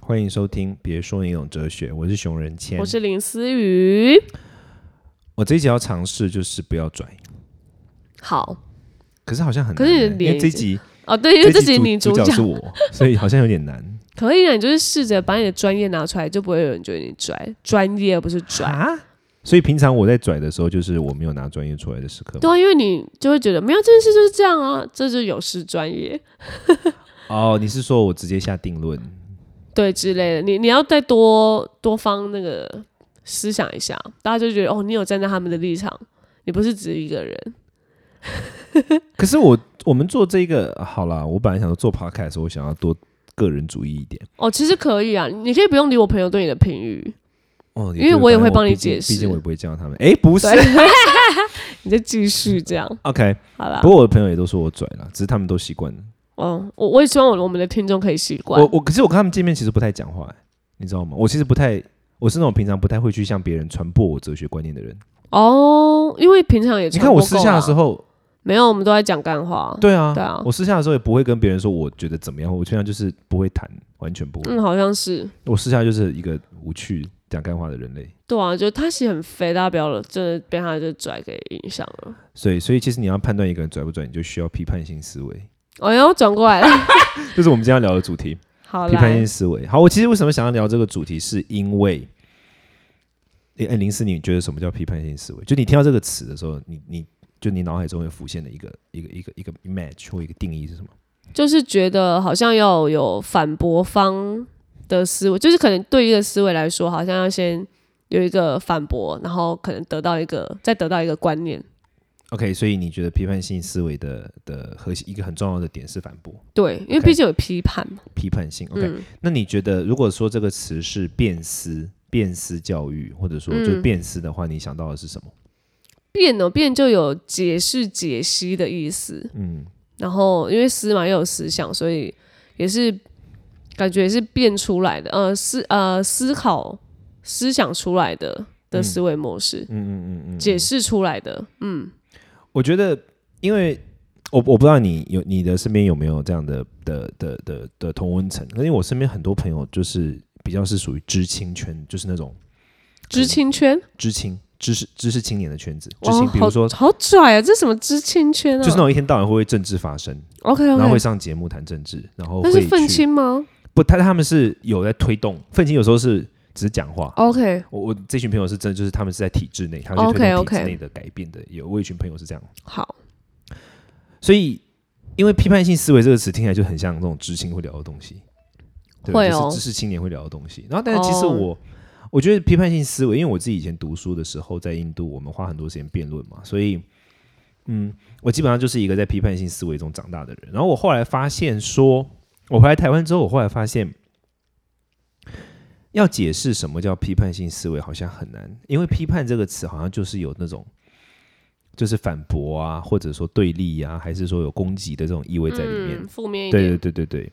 欢迎收听《别说你懂哲学》，我是熊仁谦。我是林思雨。我这一集要尝试就是不要转移，好可是好像很难可是欸、你因为脸这一集哦，对，因为这集主你主角角是 我，所以好像有点难可以啊，你就是试着把你的专业拿出来，就不会有人觉得你拽。专业而不是拽。啊。所以平常我在拽的时候，就是我没有拿专业出来的时刻嘛。对啊，因为你就会觉得没有这件事就是这样啊，这就是有失专业，哦，你是说我直接下定论？对之类的。你你要再多多方那个思想一下，大家就觉得哦，你有站在他们的立场，你不是只一个人。可是我我们做这个好啦，我本来想说做 podcast，我想要多个人主义一点。哦，其实可以啊，你可以不用理我朋友对你的评语，哦，因为对我也反正会帮你毕竟解释毕竟我也不会教他们。哎，不是 你就继续这样，OK。好啦不。过我的朋友也都说我拽了，只是他们都习惯了。嗯，我我也希望我我们的听众可以习惯我。我可是我跟他们见面其实不太讲话、欸你知道吗？我其实不太，我是那种平常不太会去向别人传播我哲学观念的人。哦，因为平常也你传看我播私够下的啊时候，没有，我们都在讲干话。，对啊，对啊我私下的时候也不会跟别人说我觉得怎么样，我平常就是不会谈，完全不会。嗯，好像是。我私下就是一个无趣讲干话的人类。对啊，就他其实很肥，大家不要了，真的被他就拽给影响了。所以，所以其实你要判断一个人拽不拽，你就需要批判性思维，哎呦，转过来 了，这是我们今天要聊的主题。好批判来性，思维。好，我其实为什么想要聊这个主题，是因为，诶哎，林思，你觉得什么叫批判性思维？就你听到这个词的时候，你你就你脑海中会浮现的一个一个一个一个 match 或一个定义是什么？就是觉得好像要有反驳方的思维，就是可能对一个思维来说，好像要先有一个反驳，然后可能得到一个，再得到一个观念。 OK，所以你觉得批判性思维的的核心一个很重要的点是反驳、对，因为 OK 毕竟有批判嘛。批判性。OK，、嗯，那你觉得如果说这个词是辨思、辨思教育，或者说就嗯辨思的话，你想到的是什么？辩呢，辩就有解释、解析的意思。嗯，然后因为思嘛又有思想，所以也是感觉也是变出来的，呃思呃思考思想出来的的嗯思维模式，嗯嗯嗯嗯，解释出来的，嗯，我觉得，因为我我不知道你有你的身边有没有这样的的的的的同温层，因为我身边很多朋友就是比较是属于知青圈，就是那种知青圈，知青知识知识青年的圈子，嗯知哇青，比如好说。好拽啊，这什么知青圈啊？就是那种一天到晚会为政治发声， OK 然后会 OK，上节目谈政治，然后那会是愤去青吗不，他他们是有在推动愤青，有时候是只是讲话。 ？OK，我我这群朋友是真的，就是他们是在体制内，他们去推动 OK，OK 体制内的改变的。有我有一群朋友是这样，好，所以，因为批判性思维这个词听起来就很像那种知青会聊的东西，对吧，会哦就是知识青年会聊的东西。然后，但是其实哦我、我觉得批判性思维，因为我自己以前读书的时候在印度，我们花很多时间辩论嘛，所以，嗯，我基本上就是一个在批判性思维中长大的人。然后我后来发现说，我回来台湾之后，我后来发现。要解释什么叫批判性思维，好像很难，因为“批判”这个词好像就是有那种就是反驳啊，或者说对立啊，还是说有攻击的这种意味在里面。嗯，负面一对对点，对对对。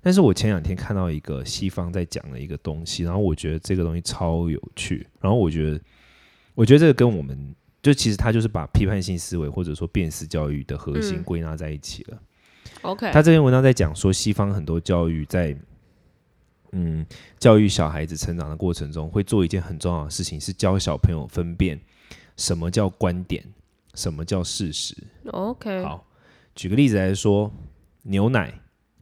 但是我前两天看到一个西方在讲的一个东西，然后我觉得这个东西超有趣，然后我觉得，我觉得这个跟我们就其实他就是把批判性思维或者说辨识教育的核心嗯归纳在一起了。 ，OK，他这篇文章在讲说，西方很多教育在，嗯，教育小孩子成长的过程中，会做一件很重要的事情，是教小朋友分辨什么叫观点，什么叫事实。 OK，好，举个例子来说，牛奶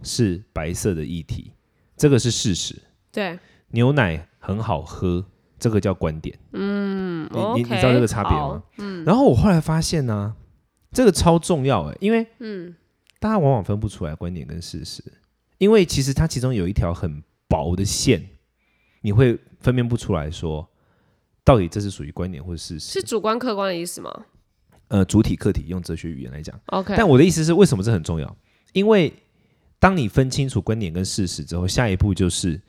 是白色的液体，这个是事实。对，牛奶很好喝，这个叫观点。嗯你你，OK，你知道这个差别好吗？？嗯。然后我后来发现呢、这个超重要哎、因为嗯，大家往往分不出来观点跟事实，因为其实它其中有一条很薄的线，你会分辨不出来说到底这是属于观点或是事是实。主观客观的意思吗呃，主体客体用哲学语言来讲， ？OK，但我的意思是，为什么这很重要？因为当你分清楚观点跟事实之后，下一步就是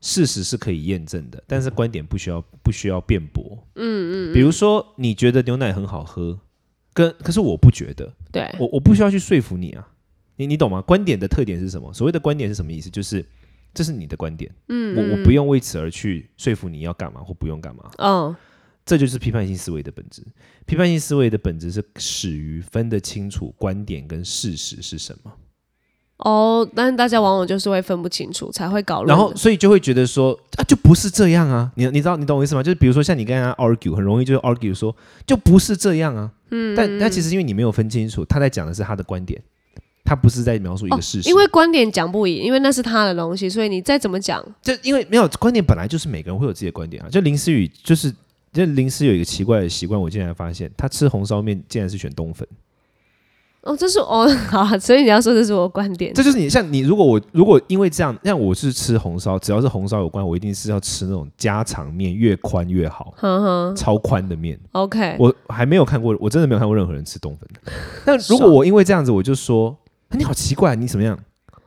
事实是可以验证的，但是观点不需要不需要辩驳。嗯嗯比如说，你觉得牛奶很好喝，跟可是我不觉得，对，我我不需要去说服你啊，你你懂吗？观点的特点是什么？所谓的观点是什么意思？就是这是你的观点，嗯，我嗯我不，用为此而去说服你要干嘛或不用干嘛，嗯这就是批判性思维的本质。批判性思维的本质是始于分得清楚观点跟事实是什么。哦，但是大家往往就是会分不清楚，才会搞乱的。然后所以就会觉得说啊，就不是这样啊，你你知道你懂我意思吗？就是比如说像你跟人家 argue，很容易就 argue 说就不是这样啊，嗯，但但其实因为你没有分清楚，他在讲的是他的观点，他不是在描述一哦个事，实，因为观点讲不赢，因为那是他的东西，所以你再怎么讲，就因为没有观点，本来就是每个人会有自己的观点啊。就林思雨，就是就林思雨有一个奇怪的习惯，我竟然发现他吃红烧面竟然是选冬粉。哦，这是 哦，好，所以你要说这是我的观点，这就是你像你，如果我如果因为这样，像我是吃红烧，只要是红烧有关，我一定是要吃那种家常面，越宽越好，哼哼超宽的面。 ，OK，我还没有看过，我真的没有看过任何人吃冬粉的。那如果我因为这样子，我就说、啊你好奇怪，你怎么样？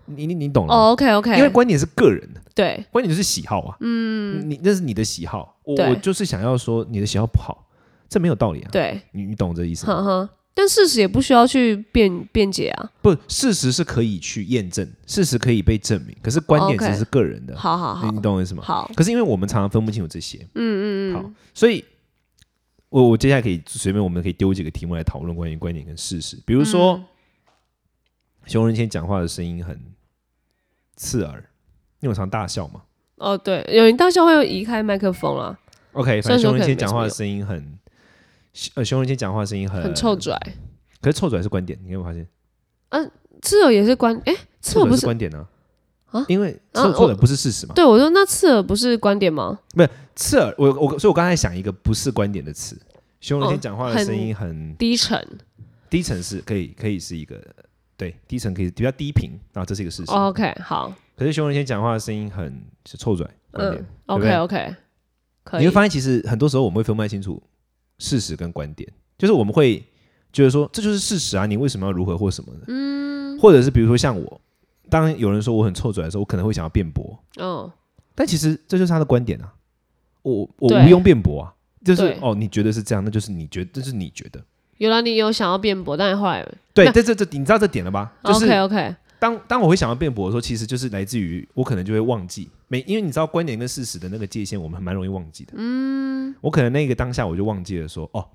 你你你懂了吗？哦，OK OK，因为观点是个人的。对，关键就是喜好啊，嗯，你那是你的喜好，我对我就是想要说你的喜好不好，这没有道理啊，对，你你懂这意思吗？哼哼，但事实也不需要去辩辩解啊，不，事实是可以去验证，事实可以被证明，可是观点哦 OK 只是个人的，好好好你你懂我意思吗？好，可是因为我们常常分不清楚这些，嗯嗯嗯，好，所以我我接下来可以随便我们可以丢几个题目来讨论关于观点跟事实，比如说、嗯熊仁谦讲话的声音很刺耳，因为我常大笑嘛。哦对，有人大笑会移开麦克风啊啦， OK，虽反正然说熊仁可能谦没讲什么话的用声音很，呃，熊仁谦讲话的声音很很臭拽，可是臭拽是观点，你有没有发现？刺耳也是观，哎，刺臭耳拽不是是，观点呢、啊因为啊臭我臭拽不是事实嘛。对我说那刺耳不是观点吗？刺耳，我我所以，我刚才想一个不是观点的词。熊仁谦哦讲话的很声音很低沉低沉是，可以可以是一个对低沉可以比较低频啊，这是一个事实。哦，OK，好，可是熊仁谦讲话的声音很是臭拽观点嗯，不对，OK OK，可你以会，发现其实很多时候我们会分不太清楚事实跟观点，就是我们会觉得说这就是事实啊，你为什么要如何或什么的？嗯，或者是比如说像我，当有人说我很臭拽的时候，我可能会想要辩驳，哦，但其实这就是他的观点啊，我我对无用辩驳啊，就是对哦，你觉得是这样，那就是你觉得，这是你觉得，原来你有想要辩驳，但后来对那，这这这，你知道这点了吧？就是 OK OK，当当我会想要辩驳的时候，其实就是来自于我可能就会忘记每，因为你知道观点跟事实的那个界限，我们还蛮容易忘记的。嗯，我可能那个当下我就忘记了说，哦，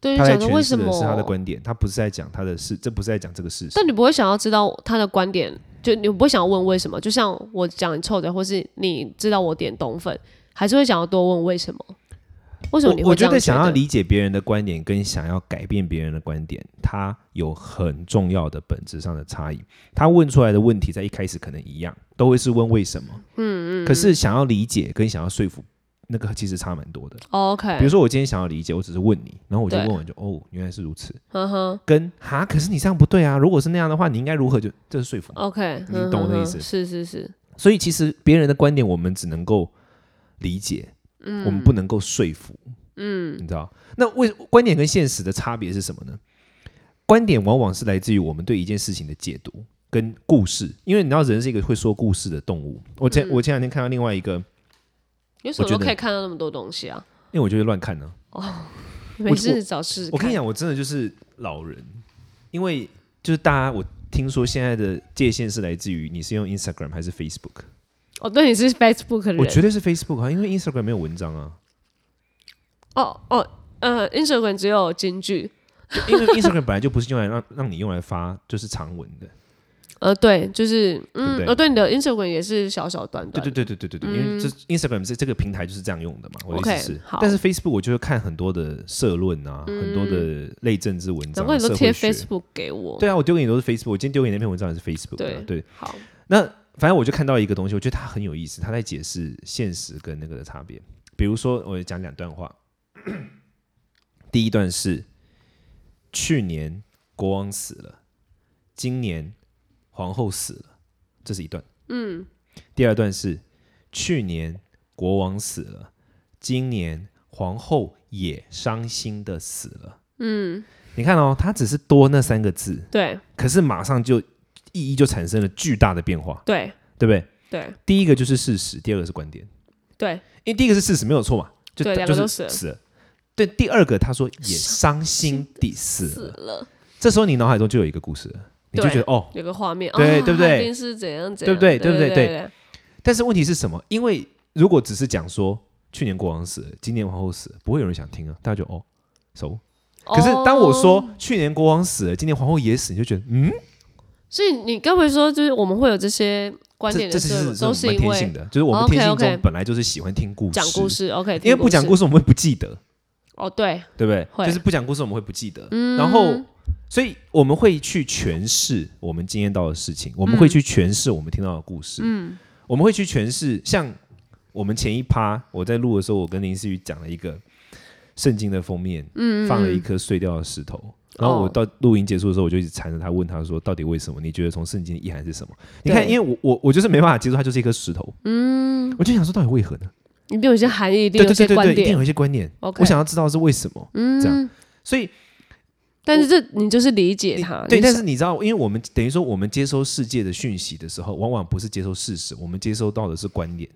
对，他就在讲说诠为什释么的是他的观点，他不是在讲他的事，这不是在讲这个事实。但你不会想要知道他的观点，就你不会想要问为什么。就像我讲臭的，或是你知道我点冬粉，还是会想要多问为什么？为什么你我会我这觉样得想要得理解别人的观点，跟想要改变别人的观点，它有很重要的本质上的差异。他问出来的问题在一开始可能一样，都会是问为什么。嗯嗯。可是想要理解跟想要说服，那个其实差蛮多的。 o k 比如说我今天想要理解，我只是问你，然后我就哎对问完就哦，原来是如此。呵呵跟哈，可是你这样不对啊！如果是那样的话，你应该如何就这是说服。 ，OK，你懂我的意思嗯哼哼是是是，所以其实别人的观点我们只能够理解，我们不能够说服，嗯，你知道？那为观点跟现实的差别是什么呢？观点往往是来自于我们对一件事情的解读跟故事，因为你知道人是一个会说故事的动物。我前、我前两天看到另外一个，有什么我觉都得可以看到那么多东西啊？因为我就会乱看呢、没事找试试我跟你看。讲，我真的就是老人，因为就是大家我听说现在的界限是来自于你是用 Instagram 还是 Facebook。哦，对，你是 Facebook 的人，我绝对是 Facebook 啊，因为 Instagram 没有文章啊，哦哦，呃，Instagram 只有京剧，因为 Instagram 本来就不是用来让让你用来发就是长文的。呃，对，就是嗯，对不对哦，对，你的 Instagram 也是小小短对短，对对对对对对，因为这 Instagram 这这个平台就是这样用的嘛，我的意嗯 OK，思是好。但是 Facebook 我就会看很多的社论啊，很多的类政治文嗯难章怪啊，你都社贴会学。 Facebook 给我，对啊，我丢给你都是 Facebook，我今天丢给你那篇文章也是 Facebook 的啊。对对，好，那反正我就看到一个东西，我觉得它很有意思，它在解释现实跟那个的差别。比如说，我讲两段话， 第一段是去年国王死了，今年皇后死了，这是一段。嗯，第二段是去年国王死了，今年皇后也伤心的死了。嗯，你看哦，它只是多那三个字，对可是马上就意义就产生了巨大的变化，对对不对？对第一个就是事实，第二个是观点。对，因为第一个是事实没有错嘛，就对两就个是都死了死了。对，第二个他说也伤心地死死了。了。这时候你脑海中就有一个故事了，你就对觉得哦，有个画面，对啊对不对他一定是怎样怎样，对不对对对不对对对但是问题是什么？因为如果只是讲说去年国王死了，今年皇后死了，不会有人想听啊，大家就哦熟。可是当我说、哦去年国王死了，今年皇后也死，你就觉得嗯，所以你刚才说，就是我们会有这些观这点这的其时实候，是都是蛮因天性为的，就是我们 OK，天性 OK 中本来就是喜欢听故事，讲故，事，OK，因为不讲故事，事我们会不记得，哦，对，对不对？会就是不讲故事我们会不记得，然后所以我们会去诠释我们经验到的事情，我们会去诠释我们听到的故事，嗯，我们会去诠释像我们前一趴我在录的时候，我跟林思雨讲了一个圣经的封面，嗯，放了一颗碎掉的石头。然后我哦到录音结束的时候，我就一直缠着他，问他说：“到底为什么？你觉得从圣经的意涵是什么？”你看，对因为我我我就是没办法接受，它就是一颗石头。嗯，我就想说，到底为何呢？一定有一些含义，一定对有对一对些观对对，一定点有一些观念。 ，OK，我想要知道是为什么，这样嗯，所以但是这你就是理解你它，对，你但是你知道，因为我们等于说我们接收世界的讯息的时候，往往不是接收事实，我们接收到的是观点，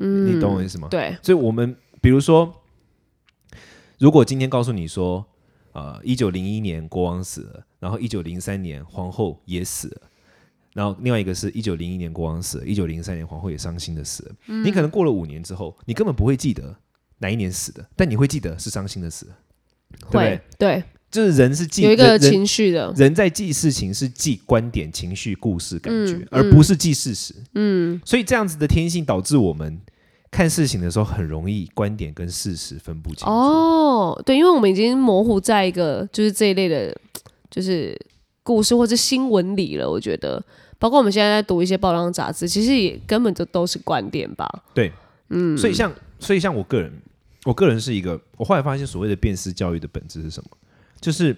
嗯你懂我意思吗？对，所以我们比如说，如果今天告诉你说，呃，一九零一年国王死了，然后一九零三年皇后也死了。然后另外一个是一九零一年国王死了，一九零三年皇后也伤心的死了。嗯你可能过了五年之后，你根本不会记得哪一年死的，但你会记得是伤心的死了，对不对会？对，就是人是记有一个人人情绪的，人在记事情是记观点、情绪、故事、感觉，嗯而嗯不是记事实。嗯，所以这样子的天性导致我们看事情的时候很容易观点跟事实分不清楚。哦，对，因为我们已经模糊在一个就是这一类的，就是故事或者新闻里了。我觉得，包括我们现在在读一些报章杂志，其实也根本就都是观点吧。对，嗯，所以像所以像我个人，我个人是一个，我后来发现所谓的辨识教育的本质是什么，就是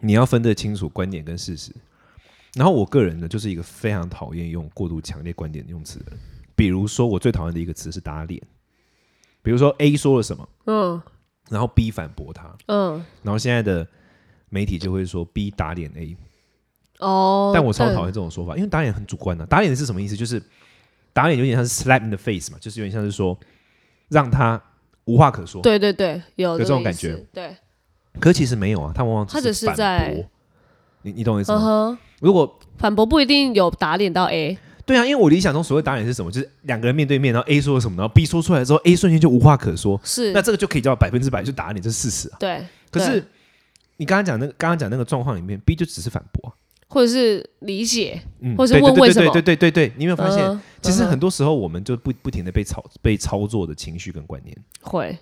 你要分得清楚观点跟事实。然后我个人呢，就是一个非常讨厌用过度强烈观点用词的人。比如说，我最讨厌的一个词是打脸。比如说 A 说了什么，嗯然后 B 反驳他，嗯，然后现在的媒体就会说 B 打脸 A，哦，但我超讨厌这种说法，因为打脸很主观的、啊打脸是什么意思？就是打脸有点像是 slap in the face 嘛，就是有点像是说让他无话可说。，对对对，有有这种感觉，对，可其实没有啊，他往往他只是是反驳在你你懂我意思嗯吗？哼，如果反驳不一定有打脸到 A，对啊，因为我理想中所谓打脸是什么？就是两个人面对面，然后 A 说了什么，然后 B 说出来之后，A 瞬间就无话可说，是那这个就可以叫百分之百就打脸，这是事实啊。对，可对是你刚刚讲那个刚刚讲那个状况里面，B 就只是反驳啊、或者是理解，嗯，或是对对问对为什么对对对对对，你有没有发现？嗯哼其实嗯哼很多时候我们就不不停的被操被操作的情绪跟观念，会，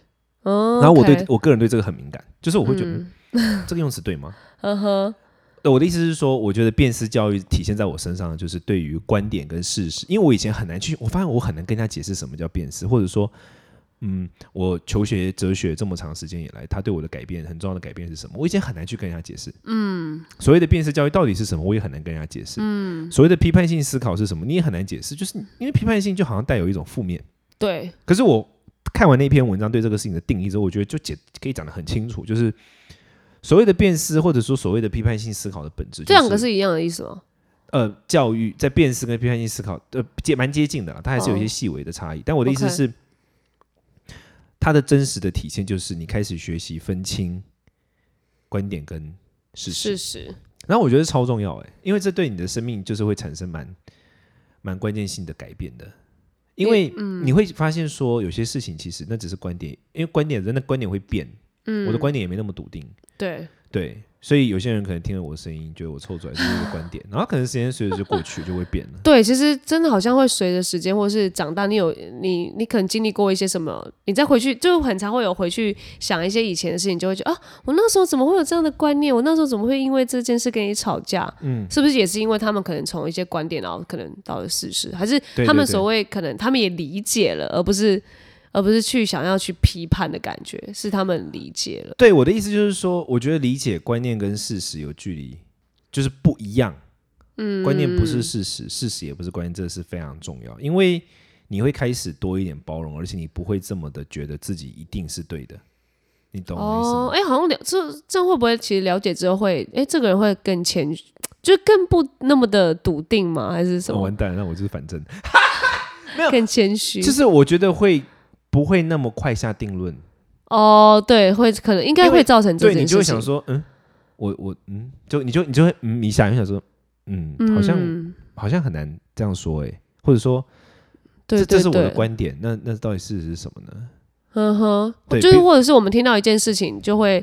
嗯，然后我 OK 对我个人对这个很敏感，就是我会觉得、嗯嗯这个用词对吗？嗯哼，对我的意思是说，我觉得辨识教育体现在我身上的就是对于观点跟事实，因为我以前很难去，我发现我很难跟人家解释什么叫辨识，或者说，嗯，我求学哲学这么长时间以来，它对我的改变很重要的改变是什么？我以前很难去跟人家解释，嗯，所谓的辨识教育到底是什么，我也很难跟人家解释，嗯，所谓的批判性思考是什么，你也很难解释，就是因为批判性就好像带有一种负面。对，可是我看完那篇文章对这个事情的定义之后，我觉得就解可以讲得很清楚，就是所谓的辨识或者说所谓的批判性思考的本质、就是，这两个是一样的意思吗？呃教育在辨识跟批判性思考呃接蛮接近的啦，它还是有一些哦细微的差异。但我的意思 OK 是，它的真实的体现就是你开始学习分清观点跟事实，事实，然后我觉得超重要哎、因为这对你的生命就是会产生蛮蛮关键性的改变的，因为你会发现说有些事情其实那只是观点，因为观点人的观点会变，嗯，我的观点也没那么笃定，对，对，所以有些人可能听了我的声音，觉得我凑出来是这个观点，然后可能时间随着就过去就会变了，对，其实真的好像会随着时间，或是长大，你有你你可能经历过一些什么，你再回去就很常会有回去想一些以前的事情，就会觉得啊，我那时候怎么会有这样的观念？我那时候怎么会因为这件事跟你吵架？嗯，是不是也是因为他们可能从一些观点，然后可能到了事实，还是对他们对对所谓可能他们也理解了，而不是而不是去想要去批判的感觉，是他们理解了。对，我的意思就是说，我觉得理解观念跟事实有距离，就是不一样。嗯，观念不是事实，事实也不是观念，这是非常重要，因为你会开始多一点包容，而且你不会这么的觉得自己一定是对的，你懂我意思哦吗？，哎、好像了这这样会不会其实了解之后会，哎、这个人会更谦，就更不那么的笃定吗？还是什哦么？嗯完蛋了，那我就是反正，更谦虚？就是我觉得会不会那么快下定论？哦，对，会可能应该因为会造成这对件事你情。就会想说，嗯，我我嗯，就你就你就会嗯，你想一想说，嗯，好像、嗯、好像很难这样说、欸，或者说对这对这对，是我的观点，那那到底事实是什么呢？嗯哼，对就比是如或者是我们听到一件事情，就会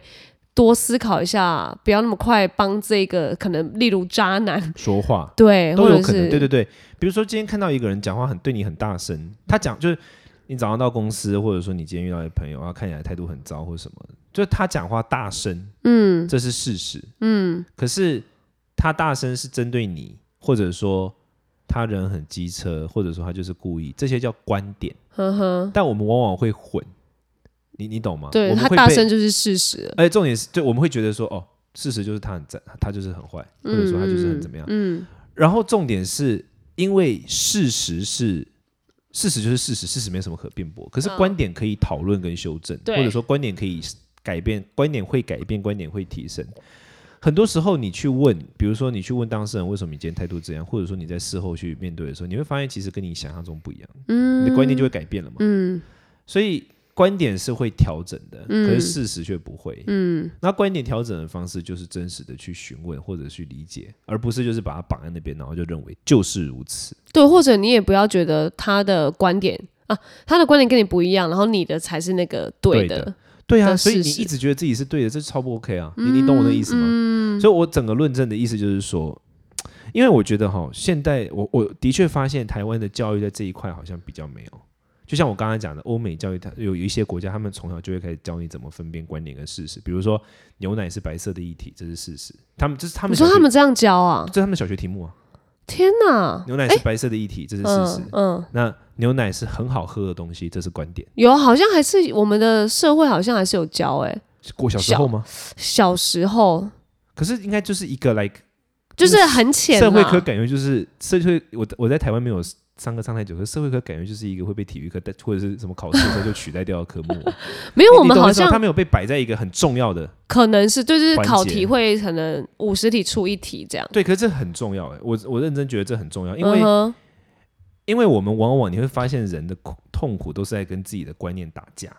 多思考一下，不要那么快帮这个可能，例如渣 男，说话对，都或有者可能。是对对对，比如说今天看到一个人讲话很对你很大声，他讲就是你早上到公司，或者说你今天遇到一个朋友，然后看起来态度很糟或者什么，就是他讲话大声，嗯，这是事实，嗯。可是他大声是针对你，或者说他人很机车，或者说他就是故意，这些叫观点。呵呵，但我们往往会混，你你懂吗？对我们他会大被声就是事实，而且哎重点是，就我们会觉得说，哦，事实就是他很赞，他就是很坏，或者说他就是很怎么样。嗯，然后重点是因为事实是事实就是事实，事实没什么可辩驳。可是嗯观点可以讨论跟修正，对或者说观点可以改变，观点会改变，观点会提升。很多时候，你去问，比如说你去问当事人为什么你今天态度这样，或者说你在事后去面对的时候，你会发现其实跟你想象中不一样，嗯，你的观念就会改变了嘛。嗯所以观点是会调整的，嗯可是事实却不会。嗯那观点调整的方式就是真实的去询问或者去理解，而不是就是把它绑在那边，然后就认为就是如此。对，或者你也不要觉得他的观点啊，他的观点跟你不一样，然后你的才是那个对对的的，对啊，的所以事你实一直觉得自己是对的，这超不 OK 啊！你你懂我的意思吗？所以我整个论证的意思就是说，因为我觉得哈，现代我我的确发现台湾的教育在这一块好像比较没有。就像我刚才讲的，欧美教育它有有一些国家，他们从小就会开始教你怎么分辨观点跟事实。比如说，牛奶是白色的液体，这是事实。他们这是他们你说小他学们这样教啊？这是他们小学题目啊，天哪！牛奶是白色的液体，这是事实嗯。嗯，那牛奶是很好喝的东西，这是观点。有好像还是我们的社会好像还是有教哎、是过小时候吗？小时候可是应该就是一个 like 就是很啊浅社啦会科感觉就是社会，我我在台湾没有上课上太久，可是社会科感觉就是一个会被体育课或者是什么考试的时候就取代掉的科目 啊。没有因我们好像他没有被摆在一个很重要的可能是对，就是环节考题会可能五十题出一题这样，对，可是这很重要哎、我我认真觉得这很重要，因为、嗯哼因为我们往往你会发现人的苦痛苦都是在跟自己的观念打架。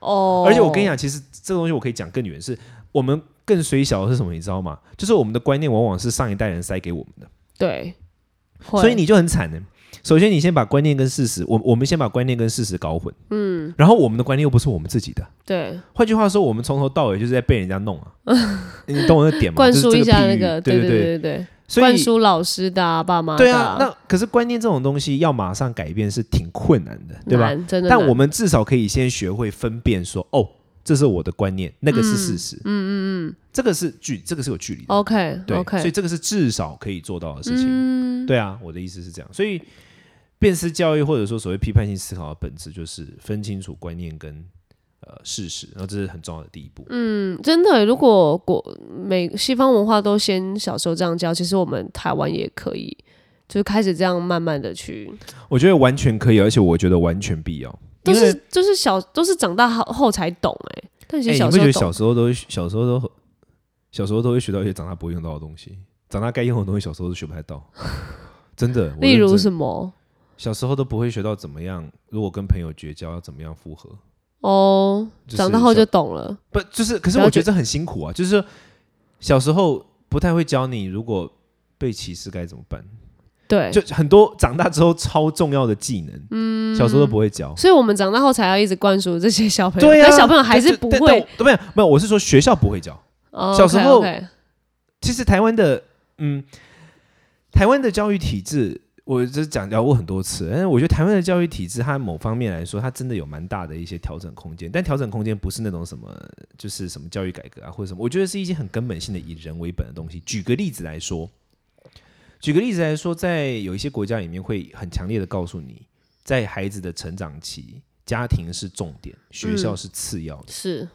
哦，而且我跟你讲，其实这个东西我可以讲更远，是我们更虽小的是什么，你知道吗？就是我们的观念往往是上一代人塞给我们的，对，会所以你就很惨的。欸首先，你先把观念跟事实，我我们先把观念跟事实搞混，嗯，然后我们的观念又不是我们自己的。对换句话说，我们从头到尾就是在被人家 弄啊，你懂我的点吗？灌就输是一这个下譬那喻个，对对对，对对，所灌以输老师的啊，爸妈的对啊，那可是观念这种东西要马上改变是挺困难的，对吧？难？真的难，但我们至少可以先学会分辨说，哦，这是我的观念，那个是事实，嗯嗯嗯，哦这个是距，这个是有距离的， OK 对 OK，所以这个是至少可以做到的事情，嗯，对啊，我的意思是这样，所以辨识教育或者说所谓批判性思考的本质就是分清楚观念跟呃事实，然后这是很重要的第一步，嗯，真的，如果国美西方文化都先小时候这样教，其实我们台湾也可以，就是开始这样慢慢的去，我觉得完全可以，而且我觉得完全必要，都因为是就是小都是长大后后才懂哎、但其哎实你小不时觉候得懂，小时候都会小时候都小时候都会学到一些长大不会用到的东西，长大该用的东西小时候都学不太到， 真的。我例认如真什么小时候都不会学到怎么样，如果跟朋友绝交要怎么样复合，哦，就是长大后小就懂了，不就是？可是了我觉解得这很辛苦啊，就是小时候不太会教你，如果被歧视该怎么办，对，就很多长大之后超重要的技能，嗯，小时候都不会教。所以我们长大后才要一直灌输这些小朋友，对啊，但小朋友还是但不但会。但但没有没有，我是说学校不会教。哦小时候 OK，OK 其实台湾的，嗯，台湾的教育体制，我这讲聊过很多次，但是我觉得台湾的教育体制，它某方面来说，它真的有蛮大的一些调整空间。但调整空间不是那种什么，就是什么教育改革啊，或者什么，我觉得是一些很根本性的以人为本的东西。举个例子来说，举个例子来说，在有一些国家里面，会很强烈的告诉你，在孩子的成长期，家庭是重点，学校是次要的。是，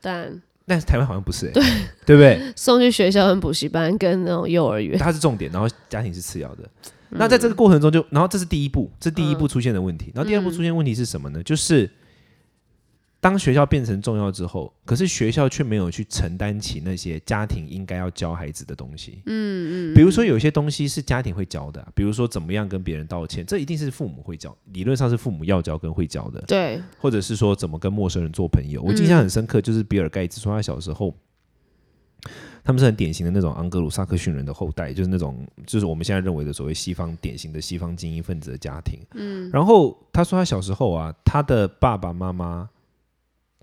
但但是台湾好像不是、欸，对对不对？送去学校跟补习班跟那种幼儿园，它是重点，然后家庭是次要的。那在这个过程中就，然后这是第一步，这是第一步出现的问题。然后第二步出现的问题是什么呢？就是当学校变成重要之后，可是学校却没有去承担起那些家庭应该要教孩子的东西。嗯嗯。比如说有些东西是家庭会教的啊，比如说怎么样跟别人道歉，这一定是父母会教，理论上是父母要教跟会教的。对，或者是说怎么跟陌生人做朋嗯友。我印象很深刻，就是比尔盖茨说他小时候，他们是很典型的那种昂格鲁萨克逊人的后代，就是那种就是我们现在认为的所谓西方典型的西方精英分子的家庭。嗯，然后他说他小时候啊，他的爸爸妈妈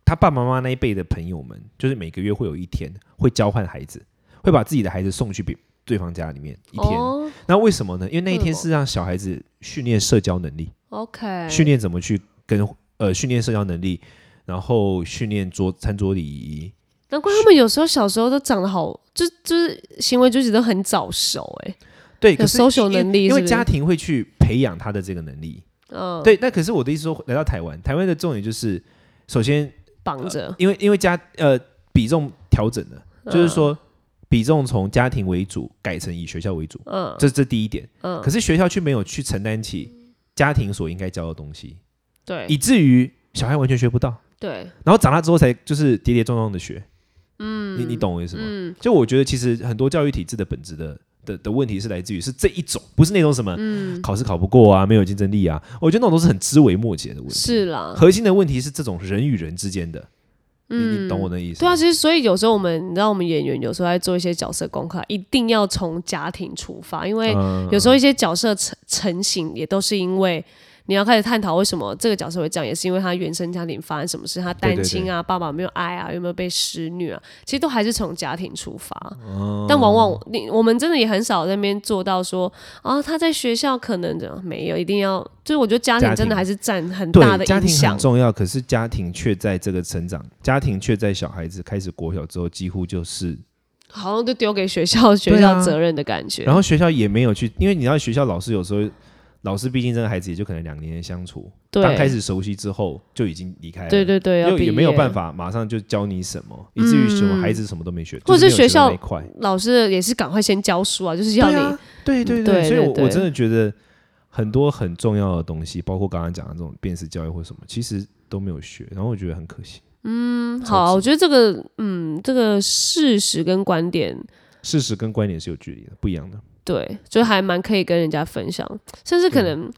他爸爸妈妈那一辈的朋友们，就是每个月会有一天会交换孩子，会把自己的孩子送去别对方家里面一天。哦那为什么呢？因为那一为天什么是让小孩子训练社交能力， ，OK，训练怎么去跟呃训练社交能力，然后训练桌餐桌礼仪。难怪他们有时候小时候都长得好，就就是行为举止都很早熟、欸，对，有可是 social 因为能力因是为不是家庭会去培养他的这个能力。嗯，对，那可是我的意思说，来到台湾，台湾的重点就是，首先绑着，因为因为家呃比重调整了，嗯就是说比重从家庭为主改成以学校为主，嗯这这第一点。嗯，可是学校却没有去承担起家庭所应该教的东西，以对至于小孩完全学不到，对，然后长大之后才就是跌跌撞撞的学。嗯，你你懂我意思吗？嗯就我觉得其实很多教育体制的本质的。的的问题是来自于是这一种，不是那种什么、嗯，考试考不过啊，没有竞争力啊，我觉得那种都是很枝微末节的问题。是啦，核心的问题是这种人与人之间的，你嗯你懂我的意思？对啊，，其实所以有时候我们，你知道，我们演员有时候在做一些角色功课，一定要从家庭出发，因为啊嗯有时候一些角色成成型也都是因为你要开始探讨为什么这个角色会这样，也是因为他原生家庭发生什么事，他对对单亲啊，爸爸有没有爱啊，有没有被施虐啊，其实都还是从家庭出发。哦但往往你我们真的也很少在那边做到说啊，他在学校可能的没有，一定要就是我觉得家家庭庭真的还是占很大对，的家影庭响很。重要，可是家庭却在这个成长，家庭却在小孩子开始国小之后，几乎就是，好像就丢给学校学对校啊责任的感觉。然后学校也没有去，因为你知道学校老师有时候，老师毕竟这个孩子也就可能两年的相处，对，当开始熟悉之后就已经离开了，对对对，要又毕也没有业办。法马上就教你什么，以至于什么嗯孩子什么都没学，或者就是是没有学学到校那一块。老师也是赶快先教书啊，就是要对你嗯啊，对对对所以对我对我真的觉得很多很重要的东西，包括刚刚讲的这种辨识教育或什么，其实都没有学，然后我觉得很可惜。嗯好啊。我觉得这个嗯，这个事实跟观点，事实跟观点是有距离的，不一样的。对，就还蛮可以跟人家分享，甚至可能、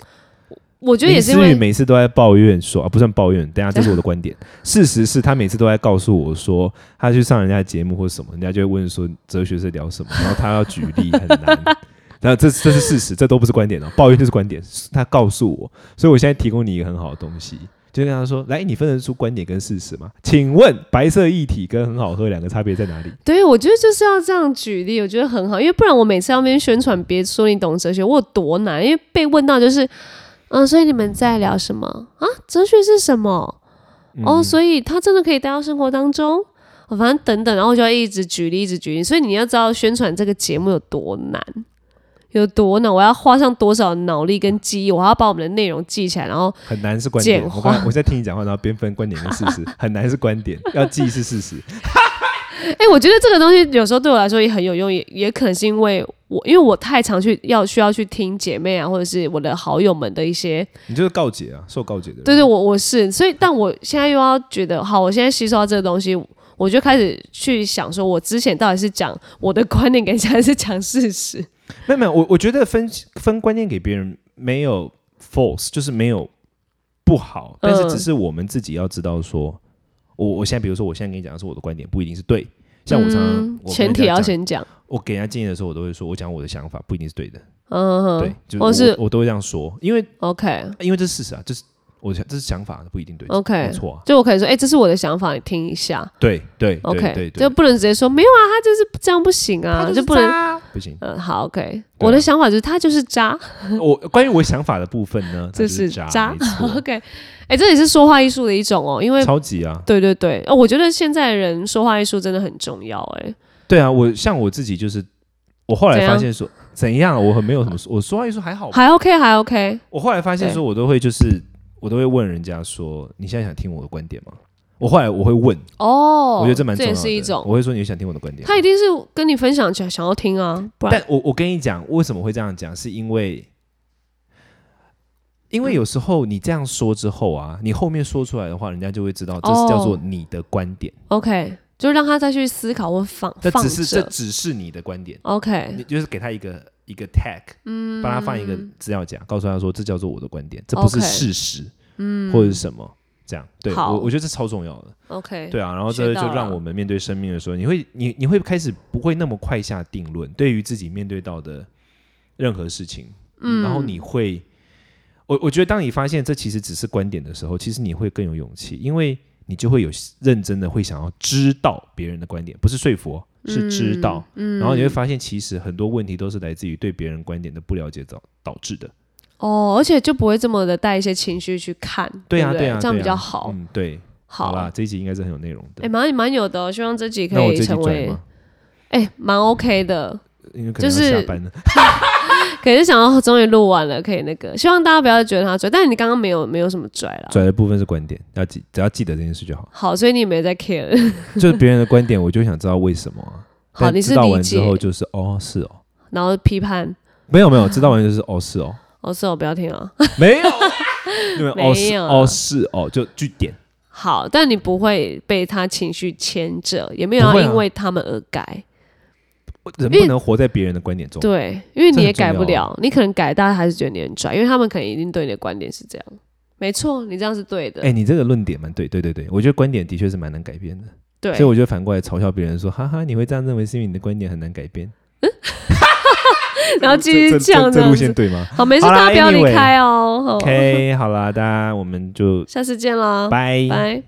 我觉得林也是思因雨为每次都在抱怨说啊，不算抱怨，等一下 这是我的观点。事实是他每次都在告诉我说，他去上人家的节目或什么，人家就会问说哲学是聊 什么，然后他要举例很难。 那这这是事实，这都不是观点哦，抱怨就是观点。他告诉我，所以我现在提供你一个很好的东西，就跟他说，来，你分得出观点跟事实吗？请问白色液体跟很好喝两个差别在哪里？ 对，我觉得就是要这样举例，我觉得很好，因为不然我每次要那边宣传，别说你懂哲学，我有多难，因为被问到就是，嗯，所以你们在聊什么啊？哲学是什么？哦，所以它真的可以带到生活当中，哦反正等等，然后我就要一直举例，一直举例，所以你要知道宣传这个节目有多难。有多难？我要花上多少脑力跟记忆？我还要把我们的内容记起来，然后很难是观点。简化我刚才我在听你讲话，然后边分观点跟事实，很难是观点，要记是事实。哎、我觉得这个东西有时候对我来说也很有用，也也可能是因为我因为我太常去要需要去听姐妹啊，或者是我的好友们的一些，你就是告解啊，受告解的人。对对，我我是，所以但我现在又要觉得，好，我现在吸收到这个东西，我就开始去想说，我之前到底是讲我的观念，跟现在是讲事实，没有没有，我我觉得分分观念给别人没有 false，就是没有不好，但是嗯只是我们自己要知道说，我我现在比如说我现在跟你讲的是我的观点，不一定是对。 像我常常、嗯我跟前人提家要讲，先讲，我给人家建议的时候，我都会说，我讲我的想法不一定是对的，嗯哼，对，就是或我是我都会这样说，因为 OK 因为这是事实啊，这是我想这是想法不一定对 OK，没错啊，就我可以说，哎、这是我的想法，你听一下对对对，OK，对对就，不能直接说没有啊，他就是这样不行啊，就不能。不行。嗯，好，OK。我啊的想法就是他就是渣我关于我想法的部分呢，它这就是渣，渣没 错，OK。哎，这也是说话艺术的一种哦，因为超级啊，对对对，哦，我觉得现在人说话艺术真的很重要，哎，对啊，我像我自己就是，我后来怎发样现说怎样，我很没有什么说，我说话艺术还好吧。还 OK，还 OK，我后来发现对说，我都会就是我都会问人家说，你现在想听我的观点吗？我后来我会问，哦，我觉得这蛮重要也的。是一种，我会说你想听我的观点吗。他一定是跟你分享想想要听啊，不然但我我跟你讲，为什么会这样讲，是因为因为有时候你这样说之后啊，你后面说出来的话，人家就会知道这是哦叫做你的观点， OK，就让他再去思考或放这放只是这着只是你的观点。 ，OK，你就是给他一个一个 tag，嗯，帮他放一个资料夹，告诉他说这叫做我的观点，这不是 OK 事实，嗯，或者是什么。这样，对好我我觉得这超重要的， OK，对啊，然后学这到就让了我们面对生命的时候，你会你你会开始不会那么快下定论，对于自己面对到的任何事情，嗯，然后你会，我我觉得当你发现这其实只是观点的时候，其实你会更有勇气，因为你就会有认真的会想要知道别人的观点，不是说服哦，是知道。嗯然后你会发现，其实很多问题都是来自于对别人观点的不了解导导致的。哦，而且就不会这么的带一些情绪去看，对啊，不对啊，这样对比较啊好。嗯，对，好啦，这一集应该是很有内容的哎，。蛮蛮有的哦、希望这集可那我这以一集成拽为吗？哎，蛮 OK 的。因为可能要就是下班了。可是想要终于录完了，可以那个，希望大家不要觉得他拽，但你刚刚没有没有什么拽啦。拽的部分是观点，要记只要记得这件事就好。好，所以你也没在 care。就是别人的观点，我就想知道为什么啊。 好，但你知是道理完之解，后就是哦，是哦，然后批判。没有没有，知道完就是哦，是哦，哦，是哦，不要听啊。没 有，因为哦没是有哦是哦，就句点。好，但你不会被他情绪牵着，也没有不要会啊因为他们而改。人因不为能活在别人的观点中。对，因为这你很也改不重要了，你可能改，大家还是觉得你很拽，因为他们可能一定对你的观点是这样。没错，你这样是对的。哎、你这个论点蛮对，对对对，我觉得观点的确是蛮难改变的，对，所以我就反过来嘲笑别人说，哈哈，你会这样认为是因为你的观点很难改变，然后继续这这讲这这这样路线子。对吗好，没事，好啦大家不要离 anyway 开哦。好？OK，好啦，大家我们就下次见啦，拜拜。